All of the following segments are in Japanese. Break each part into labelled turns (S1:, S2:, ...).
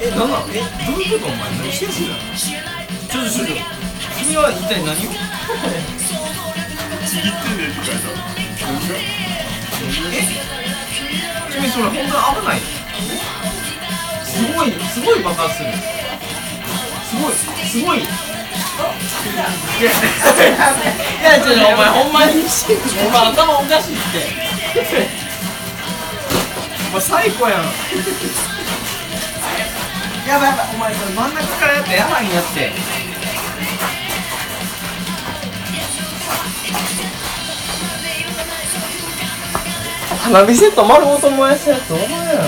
S1: え、なんなんえ、どういうことお前何してるのちょっとちょっと君は一体何を
S2: ちぎってんねんって書いてある
S1: 君それ本当に危ないよすごいすごい爆発するすごいすごいいやいや違う違うお前ほんまにお前頭おかしいってお前最高やんやばいやばいお前それ真ん中からやったらやばいんやって花火セット丸ごと燃やしたやつお前やろ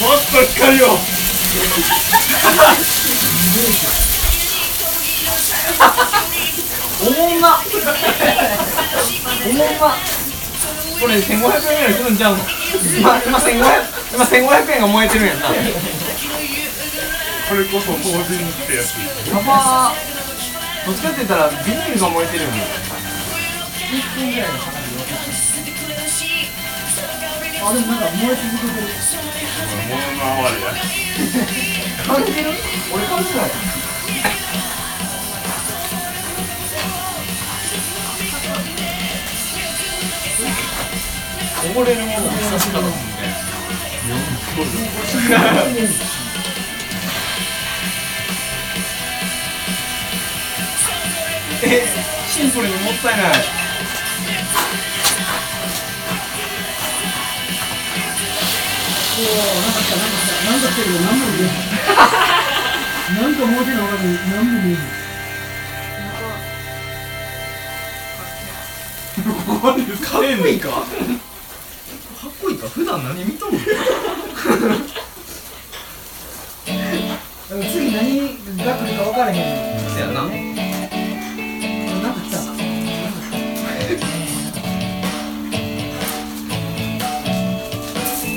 S2: もっと光を
S1: おもんなおもんなこれ1500円ぐらいするんちゃうの今今1500今1500円が燃えてるんやんなや
S2: これこそ法人ってやつ
S1: ばーどっちかって言ったらビニールが燃えてるよね
S2: 物の哀れや
S1: 感じる俺感じない溺れるものも久しぶりだもんねえシンプルにもったいない
S3: なんか来てるけど何も見えない。なんか表の中に何も見えない。
S1: かっこいいかかっこいいか普段何見とんの
S3: あの 次何が来るか分からへん。
S1: せやな
S3: なんか来た。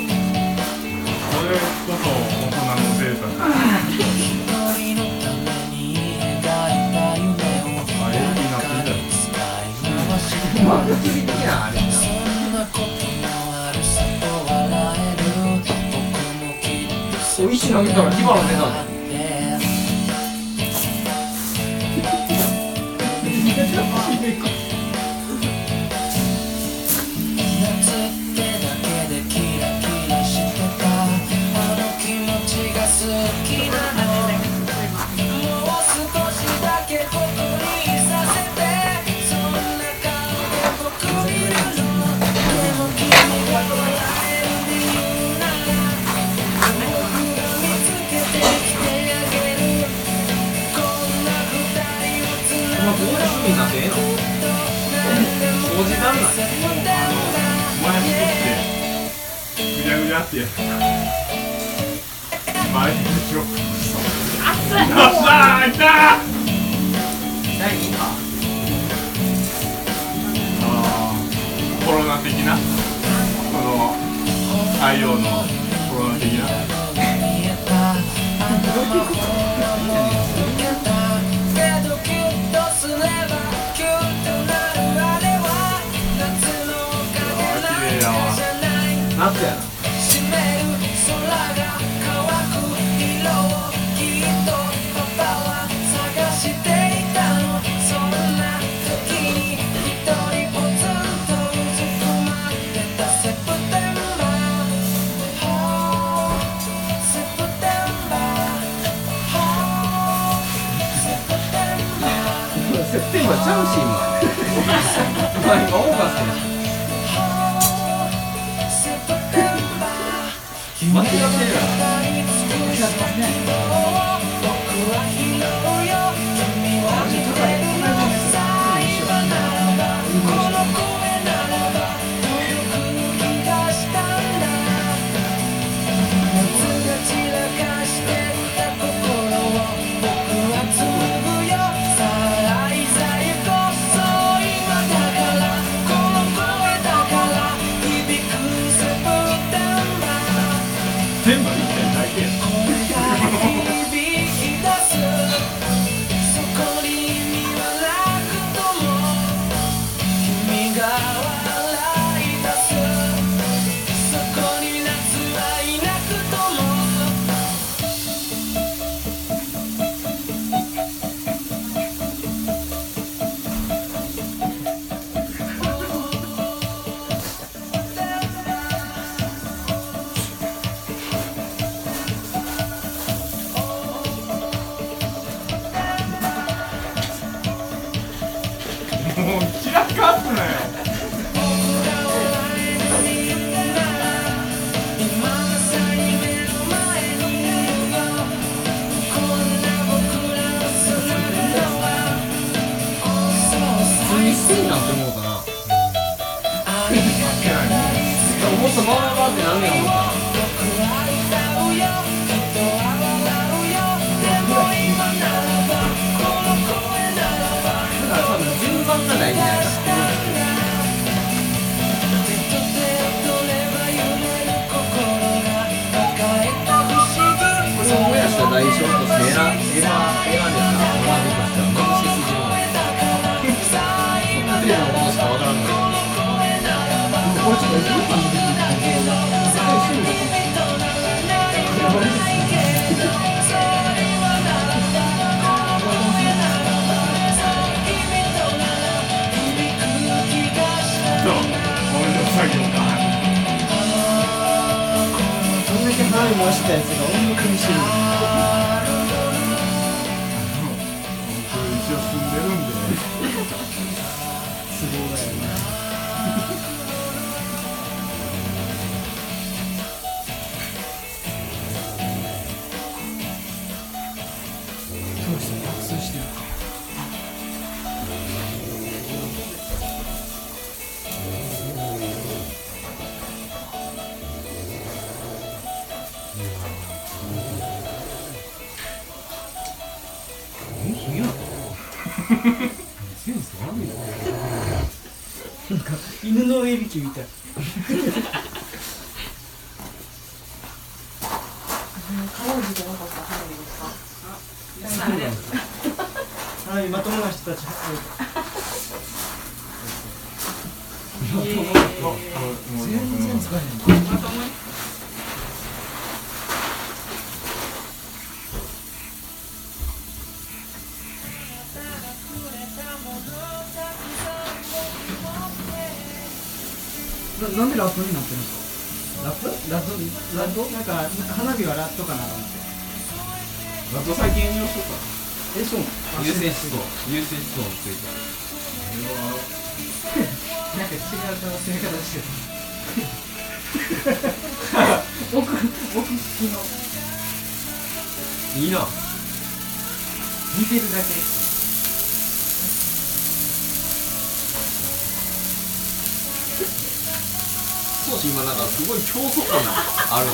S2: これこそ大人のデータだあ絵になってき
S1: まあ物理的なあれなお石投げたら火花出たねお前こういう趣味になってええの掃除なんなん
S2: た前作ってぐにゃぐにゃってやつ
S1: あ
S4: 前に記憶あっさあっ
S1: 第2波
S4: コロナ的なこの太陽のコロナ的なあ綺麗だわ
S1: 夏 やなセプテンバーちゃうし 今お前今オーガストやし間違ってるやろ
S4: 全部一点だけやもう散らかすなよ
S1: 普通に好きになって思うかなもっとバーバーってなんねや思うかなだから多分順番が大事だよなこれを燃やした代償として選選選んでたワールドカップは眩しすぎるわそんな程度のことしかわからんから
S2: これちょっと一分間で出てきたんでこ
S4: そう俺の作業か
S2: んだけ範囲回したやつが音楽にしてる
S4: 僕一応住んでるんで
S2: 都合だよね教室に爆睡してる
S1: センス悪いな
S2: 犬のいびきみたい
S5: 火曜日じゃなかった花火ですか
S2: はいまともな人たち
S4: もうもう
S2: 全然使えないななんでラップになってるんですかラップラップラップなんか花火はラップかなと思っ
S1: あ
S2: て
S1: と最近炎上しとった
S2: えそうなの
S1: 優先思想優先思想について
S2: なんか違う楽しみ方して る
S1: いいな
S2: 見てるだけ
S1: そうし今なんかすごい競争感があるわ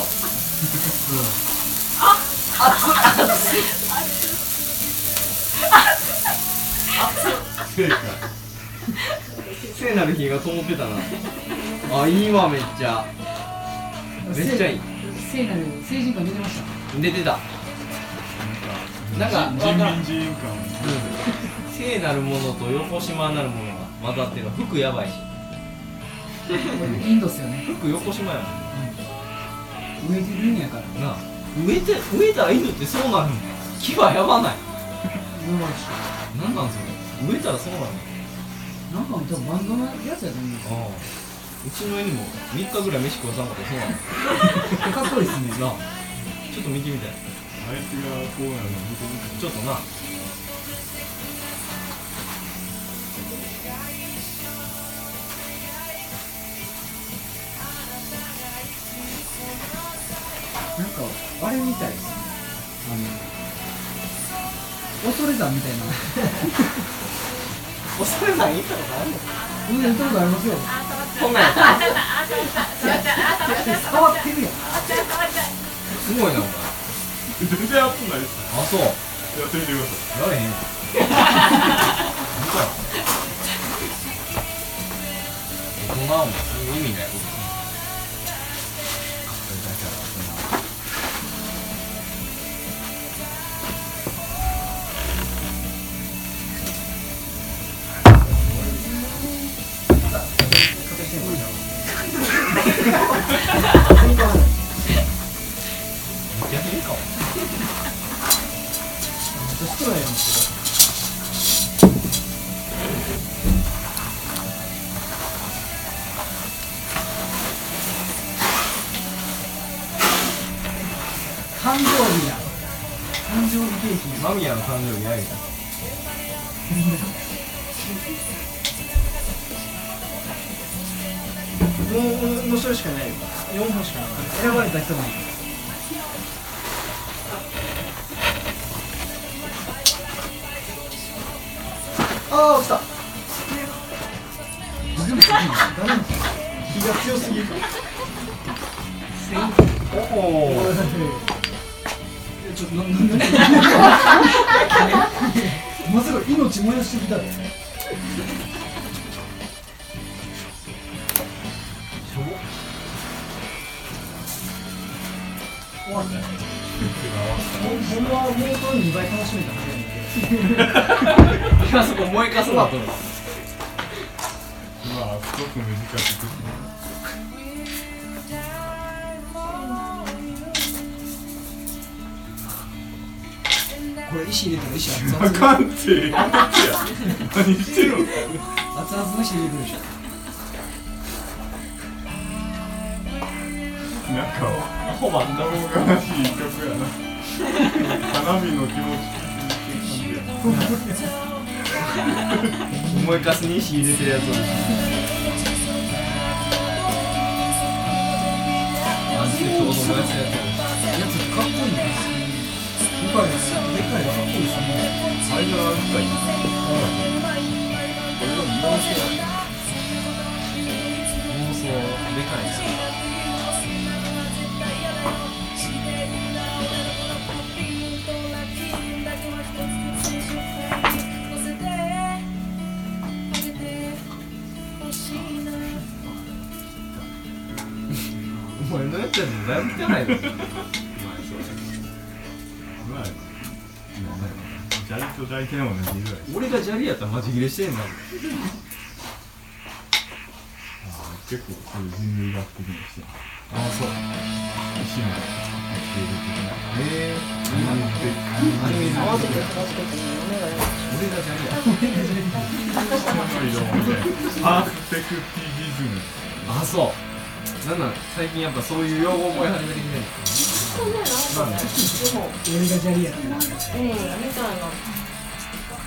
S2: あ 成果
S1: 聖なる日が灯ってたなあいいわめっちゃめっちゃいい
S3: 聖なる聖人感出てました
S1: 出てたなんか
S2: 人
S1: わからん
S2: 民人員感
S1: 聖なるものと横島なるものが混ざってる服やばいし
S3: インドっすよね
S1: 服横島やもん
S3: 植えてるんやから
S1: なあ植えて植えた犬ってそうなるの牙やばない
S3: うまいし
S1: なんなんそれ植えたらそうなるの
S3: なんか多分バンドのやつやと思うんですよ
S1: ああうちの犬も3日ぐらい飯食わさんかったらそうなの
S3: かっこいいっすね
S1: なあちょっと見てみたい
S2: あいつがこうなるの向こう見て
S1: ちょっとな
S3: なんかあれみたいですねあの恐れ山みたいな
S1: 恐れないいたことあるの
S3: うん行ったことあり ますよ
S1: そんなんやった
S3: 変わってるやん
S1: すごいなお前
S2: 全然熱くないです
S1: あそう
S2: やってみてくださ
S1: やれへんよ大人はもうそういう意味ないことめっちゃ変かも
S3: 私とはやん誕生日や誕生日ケーキ
S1: マミヤの誕生日やるよ
S3: もう面白いしかない4本しかない選ばれた人もああ 来た誰も来ない気が強すぎる
S1: おお
S3: ちょっとななんでまさか命燃やしてきたで終わったよほんまはもうと2倍楽しめたはずやねんけど
S1: 今そこ燃えかすなと思う
S2: いまあすごく短くて
S3: これ石入れたら石熱
S2: あ
S3: 々
S2: かんってや何してるの
S3: 熱々の石入れてくるでしょ
S2: なんか
S1: アホばっか
S2: 物悲しい曲やな花火の気持ち
S1: 燃えかすに火入れてるやつマジで今日の燃やすや
S3: やつかっこいいなでかいですでかいかっこいいですね
S2: 最初は深い
S1: つ妄想でかいしお前のやつやつだいぶ汚いぞ
S2: うまいジャリと大体同じぐらい
S1: 俺が砂利やったらマジギレしてんの
S2: 結構そういう人類学的にして
S1: ああそう
S2: 石も入
S1: ええ
S2: っている的な
S1: あれ水回す俺が砂利や
S2: の色もねパースペクティビズム
S1: あそうなんなん最近やっぱそういう用語覚え始めてきてる
S3: 俺が砂利やな
S6: でも、うん、みたいな。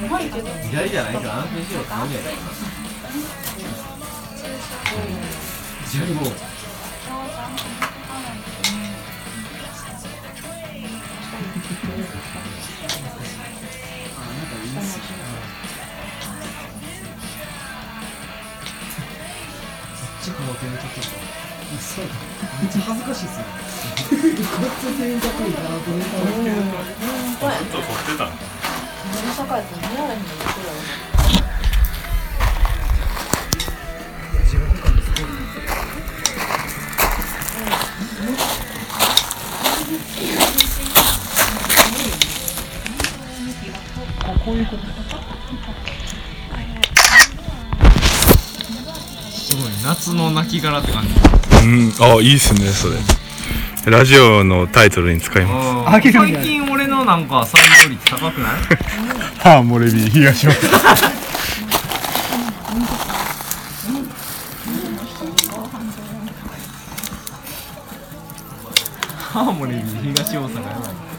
S6: やばいけど。
S1: 左じゃないから安定しろって何やからな左も
S3: ちょっと待ってちょっとそうめっちゃ恥ずかしいっすよこっち全員高いからこれ
S2: ずっ
S3: から
S2: と撮ってたの
S6: の社会って何やらへんの言ってるよね
S3: 地獄感ですごい
S1: すごい夏の亡きって感じ
S2: うん、あ、いいっすね、それ。ラジオのタイトルに使います。
S3: あげるんじゃない
S1: 最近俺のなんか再利用率高くない
S2: ハーモレビー東松。
S1: ハーモニーに東大阪やばい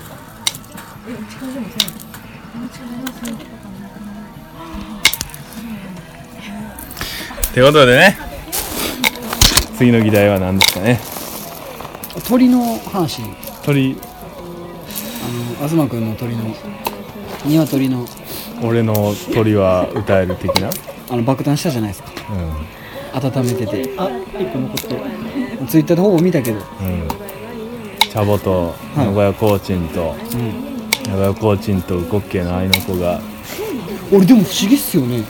S2: ということでね、次の議題は何ですかね。
S3: 鳥の話あ
S2: 鳥、
S3: の東君の鳥の鶏の
S2: 俺の鳥は歌える的な。
S3: あの爆誕したじゃないですか
S2: う
S3: 温めててあ一個残ってるツイッターでほぼ見たけど
S2: ん、うん。チャボと名古屋コーチンと、
S3: うん
S2: 名古屋コーチンとウコッケの愛の子が、
S3: 俺でも不思議っすよね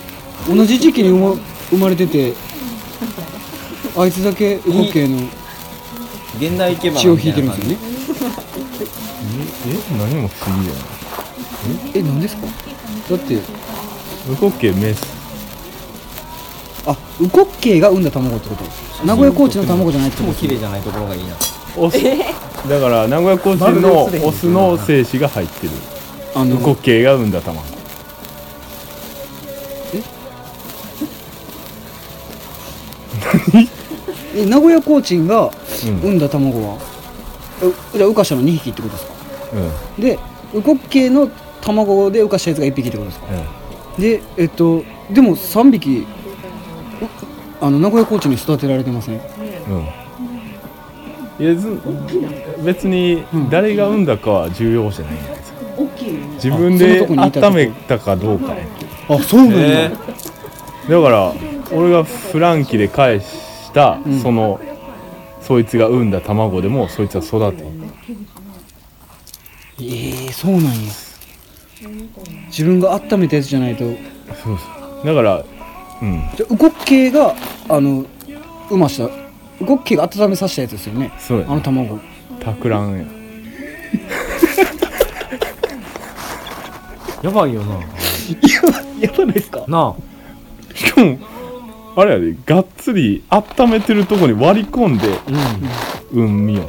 S3: 同じ時期に生ま生まれててあいつだけ動系の
S1: 現代行けば
S3: 血を引いてるんですよね
S2: え、何も不思議じゃない。
S3: え何ですかだって
S2: ウコッケメス。
S3: あウコッケイが産んだ卵ってこと名古屋コーチの卵じゃないってこと
S1: 綺麗じゃないところがいいな
S2: オス。だから名古屋コーチンのオスの精子が入ってる。
S3: あ
S2: ウコッ
S3: の
S2: ケが産んだ卵。
S3: え名古屋コーチンが
S2: うん
S3: 産んだ卵はうじゃあウカシャの2匹ってことですか
S2: うん、うん。
S3: でウコッケイの卵で浮かしたやつが1匹ってことですかでえっとでも3匹うあの名古屋コーチンに育てられてません
S2: うんいやず別に誰が産んだかは重要じゃないんですよ、自分で温めたかどうかや
S3: あそうなんだ、
S1: え
S2: だから俺がフランキで返した、
S3: ん
S2: そのそいつが産んだ卵でもそいつは育て
S3: ええそうなんや自分が温めたやつじゃないと
S2: そうそうだからうん
S3: じゃあウコッケイがあの産ましたウコッケイが温めさせたやつですよね
S2: そうや
S3: あの
S2: ね
S3: 卵
S2: たくらんや
S1: やばいよな
S3: やばないですか
S1: な
S2: しかもあれやでがっつり温めてるとこに割り込んで
S1: あうん
S2: 産みよっ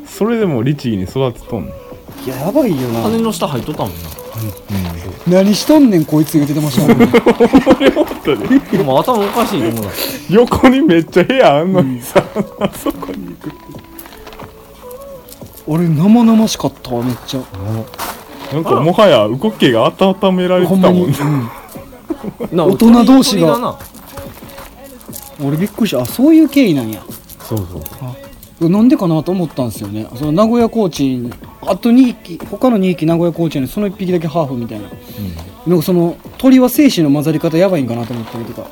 S2: てそれでも律儀に育てとんねん
S3: いややばいよな
S1: 羽の下入っとったもんな
S3: 何しとんねんこいつ言うててましたもんね
S2: 本当に
S1: でも頭おかしいと思うな
S2: 横にめっちゃ部屋あんのにさ、あそこに行く
S3: 俺生々しかったわめっちゃ
S2: なんかもはやウコッケが温められて
S3: ほ
S2: た
S3: んまに、
S2: もんね
S3: うん
S1: な
S3: 大人同士が
S1: 鳥な
S3: 俺びっくりしたあそういう経緯なんや
S2: そうそう
S3: なんでかなと思ったんですよねその名古屋コーチンあと2匹他の2匹名古屋コーチンその1匹だけハーフみたいななんかその鳥は精子の混ざり方やばいんかなと思って見てた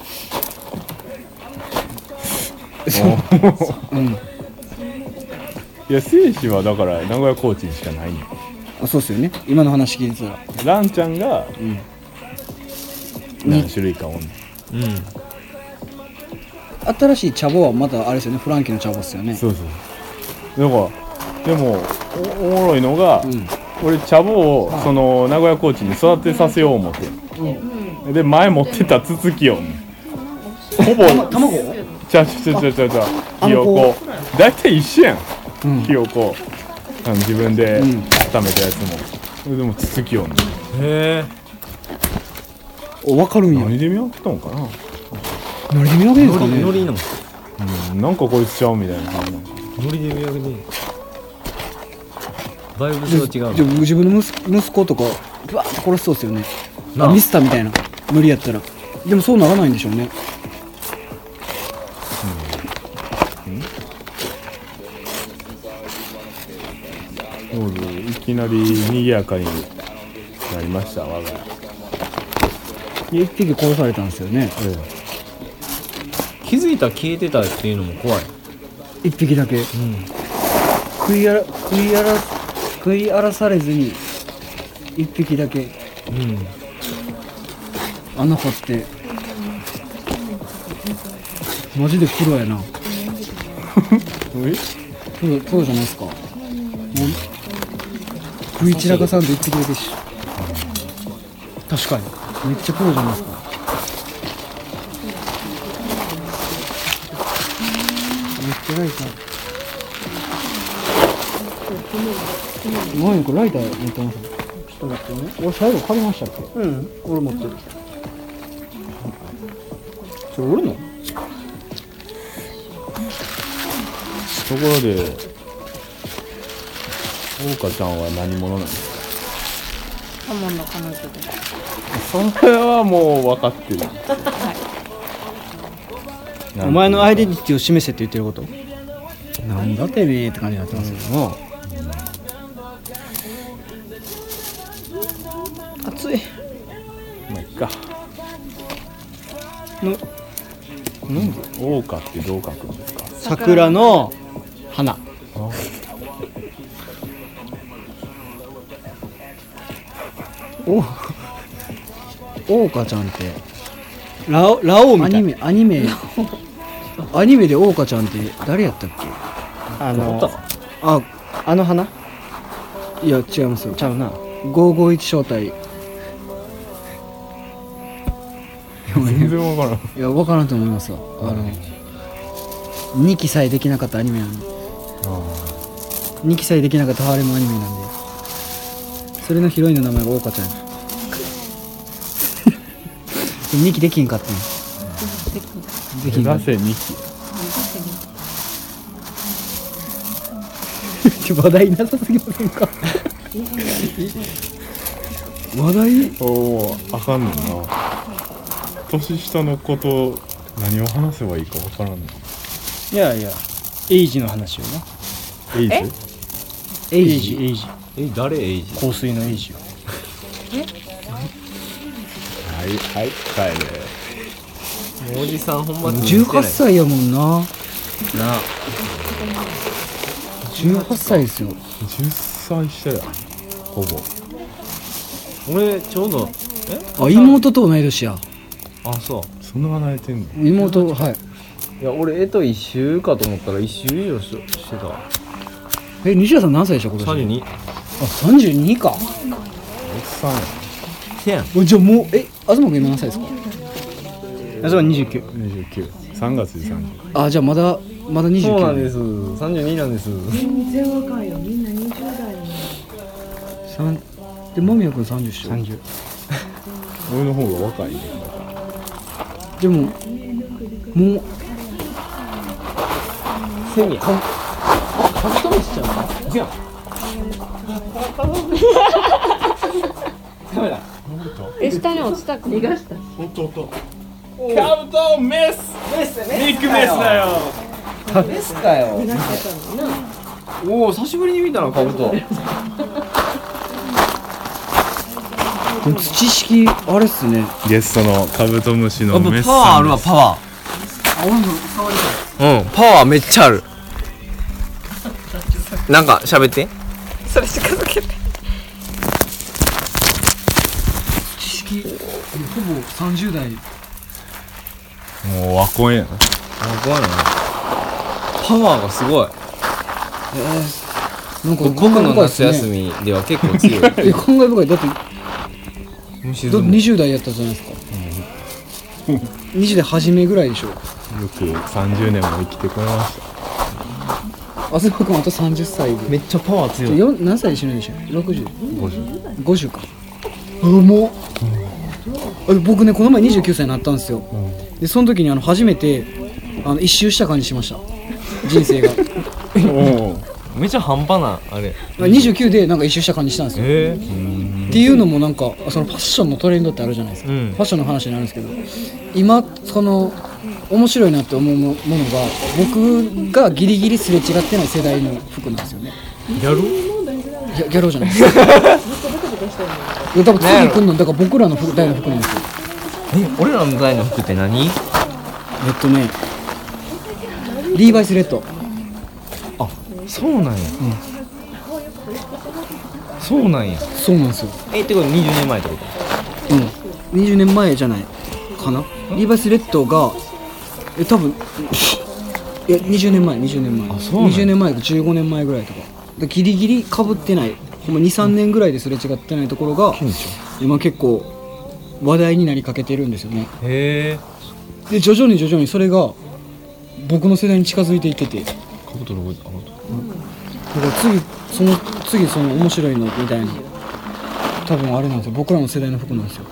S3: そううん
S2: いや精子はだから名古屋コーチンしかないんよ
S3: あそうっすよね今の話聞いてたら
S2: ランちゃんが
S3: ん
S2: 何種類かおんねん
S1: うん
S3: 新しい茶坊はまたあれですよねフランキーの茶坊っすよね
S2: そうそうだからでもおおもろいのが、
S3: ん
S2: 俺茶坊をその名古屋コーチンに育てさせよう思って、で前持ってたツツキを、ね、ほぼ
S3: 卵
S2: ちゃうちゃうちゃうちゃうちゃう
S3: あ
S2: ひよ
S3: あの
S2: こ大体一緒やん
S3: うん
S2: ひよこあの自分で
S3: う
S2: 温
S3: ん
S2: めたやつも、でもつつきよんね
S1: へえ
S3: お分かるんや
S2: 何で見分けたんかな、
S3: 何で見分けるんですか
S1: ノリノ
S3: ね
S1: リなの
S2: うん、なんかこいつちゃうみたいな感じなの
S1: ノリで見上げてだいぶ色違う
S3: でも自分の息息子とかバーッと殺しそうっすよね
S1: な
S3: あ
S1: あ
S3: ミスターみたいな無理やったらでもそうならないんでしょうね
S2: そうそういきなり賑やかになりました我が家、
S3: で一匹殺されたんですよね
S2: え
S1: 気づいたら消えてたっていうのも怖い
S3: 一匹だけ、食いあら食いあら食い荒らされずに一匹だけ穴掘ってマジでプロやなプロプロじゃないですかもう食い散らかさんと一匹だけし確かにめっちゃプロじゃないですかめっちゃライター何かライター持ってますちょっと待ってね俺最後借りましたっけうん俺持ってるそれ俺の
S2: ところで桜花ちゃんは何者なんですか
S6: カモンの彼女です。
S2: それはもう分かってる
S3: お前のアイデンティティを示せって言ってることなんだてめえって感じになってますけども、暑い
S2: まあいっか
S3: の
S2: うん桜花ってどう書くんですか
S3: 桜の花お桜花ちゃんってラオラオウみたいアニメアニメアニメで桜花ちゃんって誰やったっけあのああの花いや違いますよちゃうな551正体
S2: 全然分からん
S3: いや分からんと思いますわあの2期さえできなかったアニメなんで2期さえできなかったハーレムアニメなんでそれのヒロインの名前が桜花ちゃん2期できんかったんできんかっ
S2: 出
S3: た
S2: せ2期
S3: ちょ 話題なさすぎません か話題
S2: おおあかんねんな年下の子と何を話せばいいか分からんね
S7: いやいや、エイジの話よな。
S2: エイズ
S7: エ
S3: エイ
S7: イジ、
S3: ジ
S7: エイジ。
S2: え誰エイジ
S7: 香水のエイジよ。
S2: はいはい帰れ
S1: おじさんほんま
S3: 18歳やもんな
S1: な
S3: 18歳ですよ
S2: 10歳下やほぼ
S1: 俺ちょうどえ
S3: あ妹と同い年や
S1: あそう
S2: そんな離れてんの
S3: 妹はい
S1: いや俺絵と一周かと思ったら一周以上ししてたわ
S3: え西田さん何歳でした今
S1: 32
S3: 年あ32か
S2: おっさんや
S1: せやん
S3: おじゃあもうえ東君今何歳ですか
S7: あ、そう、29。
S2: 293月で30
S3: あじゃあまだまだ29
S1: そうなんです32なんです
S3: すで間宮君30っしょ
S7: 30。
S2: 俺の方が若いね
S3: でももう
S1: セミか
S6: え、下に落ちたく逃がした。
S2: カブトメス
S7: ビッグメスだよ
S1: ですかよおお久しぶりに見たなカブト
S3: でも土式あれっすね
S2: ゲストのカブトムシの
S1: やっぱ
S2: メス
S1: パワーあ
S2: さん
S1: るわ
S2: です
S1: パワーうんパワーめっちゃあるなんか喋って
S6: それ近づけて。
S3: 土式ほぼ30代
S2: もう和光や
S1: あ
S2: ん
S1: 怖いなパワーがすごい
S3: なんか
S1: 僕の夏休
S3: み
S1: みでは結構 強い
S3: え考え深いだってだ
S1: 虫
S3: って20代やったじゃないですか20代初めぐらいでしょ
S2: よく30年も生きてこれまし
S3: 東君あと30歳で
S1: めっちゃパワー強い
S3: よん何歳で死ぬんでしょ ?6050 かあもう、あ僕ねこの前29歳になったんですよ、でその時にあの初めてあの一周した感じしました人生が
S2: たおお
S1: めっちゃ半端なあれ
S3: 29でなんか一周した感じしたんですよ
S1: え
S3: っていうのもなんかそのファッションのトレンドってあるじゃないですか、
S1: うん
S3: ファッションの話になるんですけど今その面白いなって思うものが僕がギリギリすれ違ってない世代の服なんですよね
S1: やる
S3: ギャギャロじゃないですかいや多分次来んのだから僕らの服代の服なんですよ
S1: え俺らの代の服って何
S3: えっとねリーバイスレッド
S1: そうなんや、そうなんや
S3: そうなんですよ
S1: えってこと20年前ってこと
S3: うん20年前じゃないかなリーバイスレッドがえ多分いや20年前20年前
S1: あそうなんや
S3: 20年前か15年前ぐらいとかでギリギリかぶってないほんま23年ぐらいですれ違ってないところが今結構話題になりかけてるんですよね
S1: へえ
S3: で徐々に徐々にそれが僕の世代に近づいていっててだか
S1: かぶとどこあほんと
S3: ら次その次その面白いのみたいな多分あれなんですよ僕らの世代の服なんですよ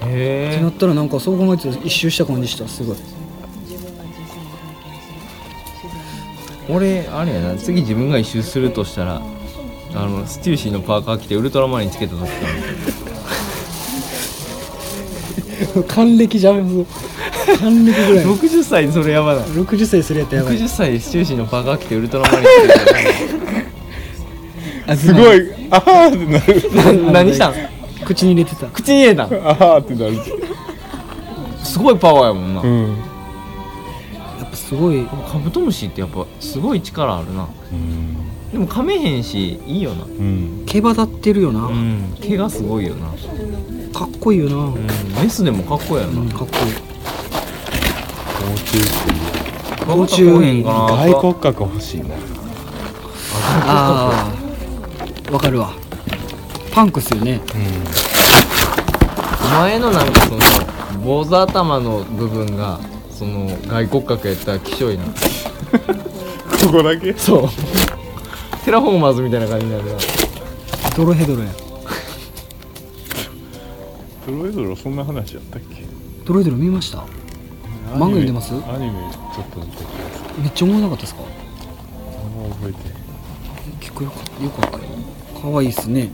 S3: って
S1: へ
S3: なったらなんかそう考えてたら一周した感じしたすごい
S1: え俺あれやな次自分が一周するとしたらあのステューシーのパーカー着てウルトラマンにつけた時か
S3: 還暦じゃん還暦ぐら
S1: ら
S3: いの
S1: 60歳でそれやばない
S3: 60歳するやったらやばい
S1: 60歳でステューシーのパーカー着てウルトラマンにつけたらや
S2: すごいあはーってなる
S1: ばいな 何したん
S3: 口に入れてた
S1: 口に入れたん
S2: あはーってなる
S1: すごいパワーやもんな
S2: う、ん
S3: やっぱすごい
S1: カブトムシってやっぱすごい力あるなでも噛めへんしいいよな
S2: うん
S3: 毛羽立ってるよな、
S1: うん毛がすごいよな、
S3: かっこいいよな、う
S1: うん
S3: ん、
S1: メスでもかっこいいよな、
S3: かっこ
S1: 甲虫来へんかな
S2: 外骨格欲しいな
S3: ああわかるわパンクっすよね
S1: 前のなんかその坊主頭の部分がその外骨格やったらきしょいな
S2: ここだけ
S1: そうテラフォーマーズみたいな感じになるな
S3: ドロヘドロや
S2: ドロイドロそんな話やったっけ
S3: ドロヘドロ見ました漫画読んでます
S2: アニメちょっと見た気がする
S3: めっちゃ思わなかったですか
S2: あんま覚えてない
S3: 結構よかったよかったよかわいいっすね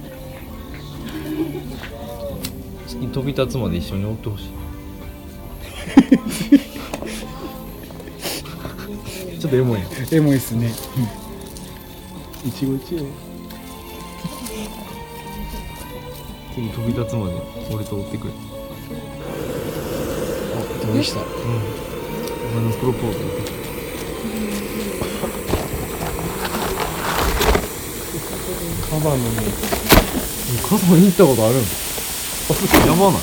S1: 次飛び立つまで一緒におって ほしいちょっとエモいやん
S3: エモいっすね
S2: 一期一会
S1: 次飛び立つまで俺と追ってくれ
S3: どうでした
S1: お前のプロポーズ受け
S2: カバンのね
S1: カバに行ったことあるんあそやばない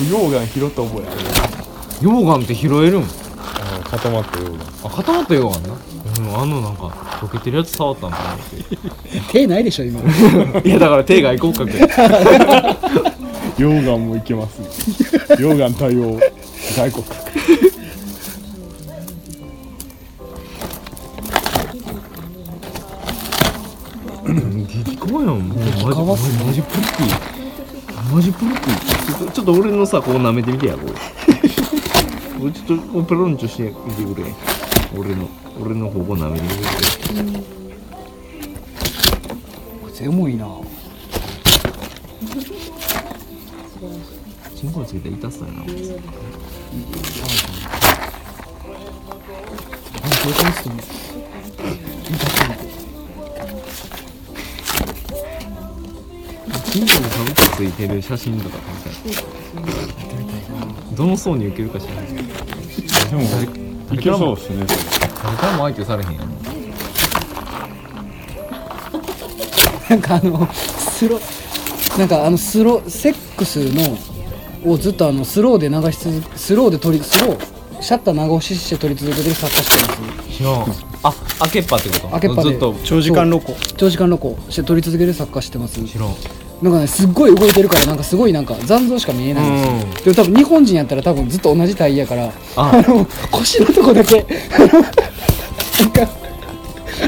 S2: 僕溶岩拾った覚えある
S1: 溶岩って拾えるん
S2: あの固まった溶岩
S1: あ固まった溶岩なうんあのなんか溶けてるやつ触ったんかなって
S3: 手ないでしょ今
S1: いやだから手が外骨格や
S2: 溶岩もいけます溶岩対応外国
S1: 激カワやんもうマジマジマジプルティマジプルティちょっとちょっと俺のさこう舐めてみてやこれこれちょっとペロンチョしてみてくれ俺の俺の頬舐めてみてくれ
S3: こい つエモいな
S1: チンコにつけたら痛そうやなチンコにタブついてる写真とか撮りたいどの層に受けるか知らない
S2: でもいけそうですね
S1: 誰からも相手されへんやん
S3: なんかあのスロなんかあのスロセックスのをずっとあのスローで流し続けスローで撮りスローシャッター長押しして撮り続けてる作家してるんですよ
S1: 知らんあ開けっぱってこと
S3: 開けっぱで
S1: ずっと
S7: 長時間ロコ。
S3: 長時間録音して撮り続ける作家してます
S1: 知らん
S3: なんかねすっごい動いてるからなんかすごいなんか残像しか見えないんで
S1: う
S3: すよ、でも多分日本人やったら多分ずっと同じタイヤから
S1: あ
S3: あの腰のとこだけあのなんか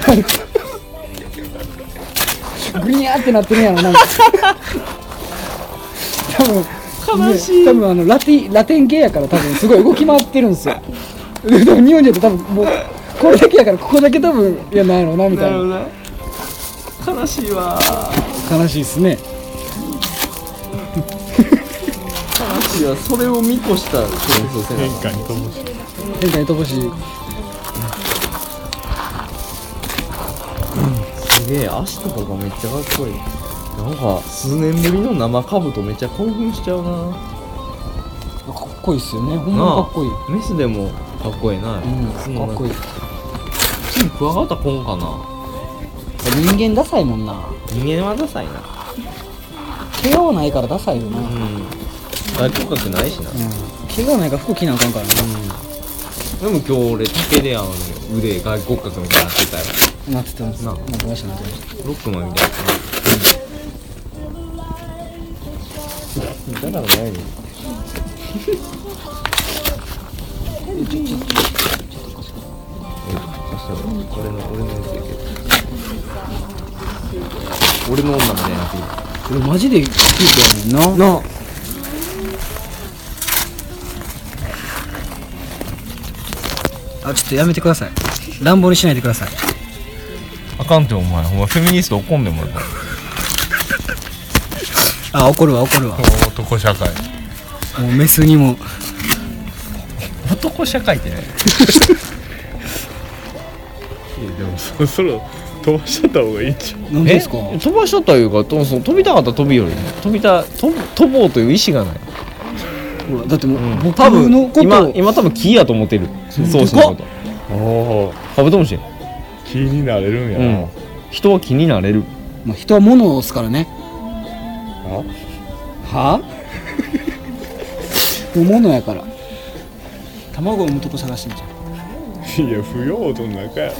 S3: あのグニャーってなってるんやろなんか多分悲しい多分あのラティラテン系やから多分すごい動き回ってるんですよで多分日本人やったら多分もうこれだけやからここだけ多分いやないのなみたいな
S1: 悲しいわ
S3: 悲しいですね
S1: 悲しいわそれを見越したそうそうそう
S2: 変化に乏しい
S3: 変態とぼし
S1: すげえ足とかがめっちゃかっこいいなんか数年ぶりの生カブとめっちゃ興奮しちゃうな
S3: かっこいいっすよねほんまにかっこいい、
S1: メスでもかっこいいな、
S3: うん、
S1: その
S3: かっこいい
S1: 近クワガタポンかな
S3: 人間ダサいもんな
S1: 人間はダサいな
S3: 毛がないからダサいよな、
S1: うん外骨格ないしな
S3: 毛がないから服着なあかんから
S1: でも今日俺竹であの腕外骨格みたいになってたよ
S3: ななってたんです
S1: な
S3: なんかわしなってました
S1: ロックマンみたいなだからないの俺の俺のやつやけど俺の女みたいになってきた
S3: 俺マジでキープやねんななあちょっとやめてください乱暴にしないでください
S1: あかんってお前お前フェミニスト怒んでもらう
S3: あ怒るわ怒るわ
S1: 男社会
S3: もうメスにも
S1: 男社会ってね
S2: いやでも そろそろ飛ばしちゃった方がいいんちゃ
S3: 何
S1: え
S3: ですか
S1: 飛ばしとったいうかとその飛びたかったら飛びより飛びた飛ぶ飛ぼうという意思がない、
S3: ほらだってもう、
S1: うん、
S3: 僕
S1: 多分
S3: のこと
S1: 今今多分木やと思ってるそうしのこと
S2: うおお
S1: カブトムシ
S2: 気になれるんや
S1: う
S2: な、
S1: ん人は気になれる
S3: まあ、人は物ですからね
S2: あ
S3: は あ人は物やから卵を産むとこ探してんじゃん
S2: いや不要との中やろ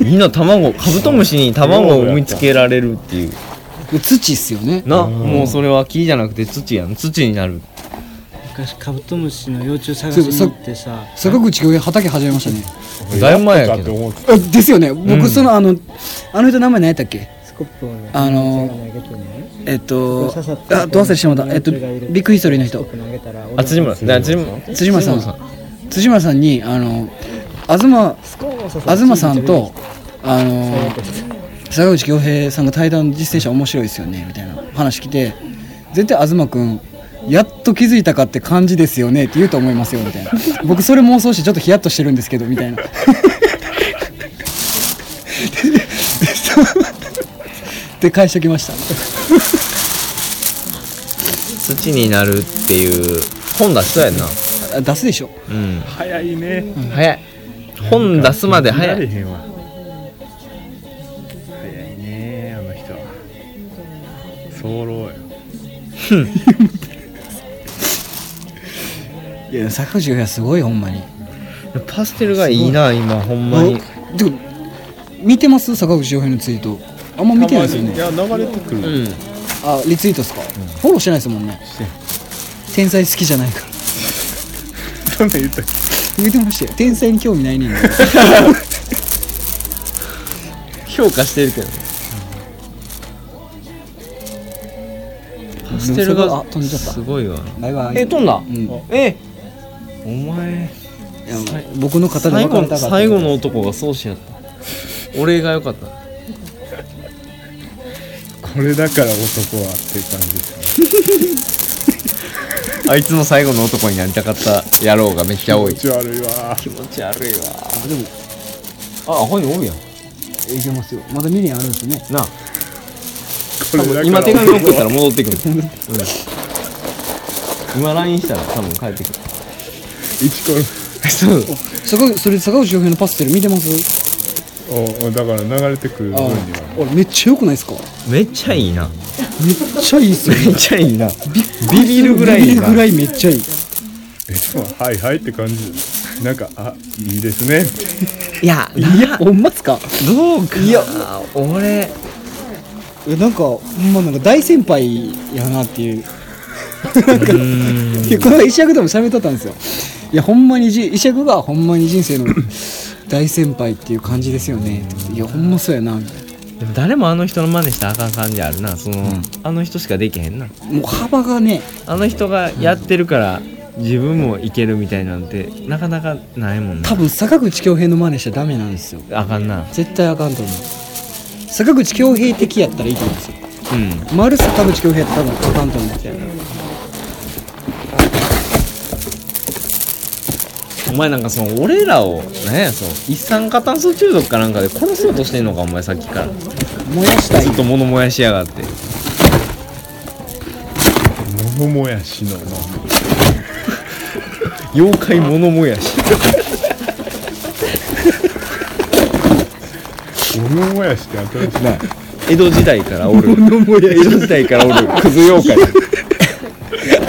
S1: みんな卵カブトムシに卵を産みつけられるっていう
S3: これ土っすよね
S1: なもうそれは木じゃなくて土やん土になる
S8: 昔カブトムシの幼虫探しに行ってさ
S3: 坂口恭平畑始めましたね
S1: だいぶ前やけど
S2: と思って
S3: あですよね
S1: う
S3: 僕
S1: ん
S3: その、あのあの人名前何やったっけ
S8: スコップをね
S3: あのー
S8: 投げてね
S3: えっと
S8: 刺さって
S3: あどう忘れしてもらったえっと
S8: 幼虫がいる
S3: ビッグヒストリーの人
S8: スコップ投げたら
S1: あ辻村ね辻
S3: 辻村さん辻村さんにあの東
S8: スコーンを刺さって
S3: 東さんとあの坂口恭平さんが対談実践者面白いですよねみたいな話来て絶対東君やっと気づいたかって感じですよねって言うと思いますよみたいな僕それ妄想してちょっとヒヤッとしてるんですけどみたいな で返しておきました
S1: 土になるっていう本出しそうやんな
S3: あ出すでしょ
S1: うん
S2: 早いね
S1: 早い本出すまで早
S2: 慣れ
S1: い
S2: へんわ早いねあの人は早漏や
S3: いや坂口恭平はすごいほんまに
S1: パステルがいいな今ほんまに
S3: おてか見てます坂口洋平のツイートあんま見てないですよ
S2: い
S3: ね
S2: や流れてくる、
S1: うん
S3: あリツイートですか、フォローしてないですもんね
S2: してない
S3: 天才好きじゃないから
S2: そんなん言ったっけ
S3: 言うてましたよ天才に興味ないねん
S1: 評価してるけどねパステル
S3: でもそ
S1: が
S3: こあ飛んじゃった
S1: すごいわ
S3: バイバイ
S1: え飛んだ
S3: うん、い
S1: えお前
S3: や僕の方で
S1: 最
S3: 分か
S1: 後
S3: れたか
S1: の
S3: った
S1: 最後の男が宗師やった俺が良かった
S2: これだから男はっていう感じですね
S1: あいつの最後の男になりたかった野郎がめっちゃ多い
S2: 気持ち悪いわ
S1: 気持ち悪いわでもあほにおるやん
S3: いけますよまだ未練あるんですね
S1: なあ
S2: これだから
S1: 今手紙送ったら戻ってくる、うん、今 LINE したら多分帰ってくる
S2: 一コロ
S1: そう
S3: 坂口それ坂口洋平のパステル見てます
S2: おおだから流れてくる分
S3: あ
S2: には
S3: 俺めっちゃ良くないですか
S1: めっちゃいいな
S3: めっちゃいいっすよ
S1: めっちゃいいなビビるぐらい
S3: ビ
S1: いい
S3: ビる
S1: な
S3: ぐらいめっちゃいい
S2: えでもはいはいって感じなんかあいいですね
S1: いや
S3: いやほんまっすか
S1: どうかいや俺
S3: いやなんかほんまなんか大先輩やなっていうなんか いやこの石役でも喋っとったんですよいやほんまにじ石役がほんまに人生の大先輩っていう感じですよねっていやほんまそうやなみたい
S1: でも誰もあの人の真似したらあかん感じあるなその、あの人しかできへんな
S3: なもう幅がね
S1: あの人がやってるから自分もいけるみたいなんてなかなかないもんな
S3: 多分坂口恭平の真似しちゃダメなんですよ
S1: あかんな
S3: 絶対あかんと思う坂口恭平的やったらいいと思うんですよ
S1: うん
S3: 丸坂口恭平って多分あかんと思って
S1: お前なんかその俺らを何やその一酸化炭素中毒かなんかで殺そうとしてんのかお前さっきから
S3: 燃やしたい
S1: ずっと物燃やしやがって
S2: もももやしのの
S1: 妖怪物燃やし
S2: おのもやしって新しい
S1: 江戸時代からおる江戸時代からおるクズ妖怪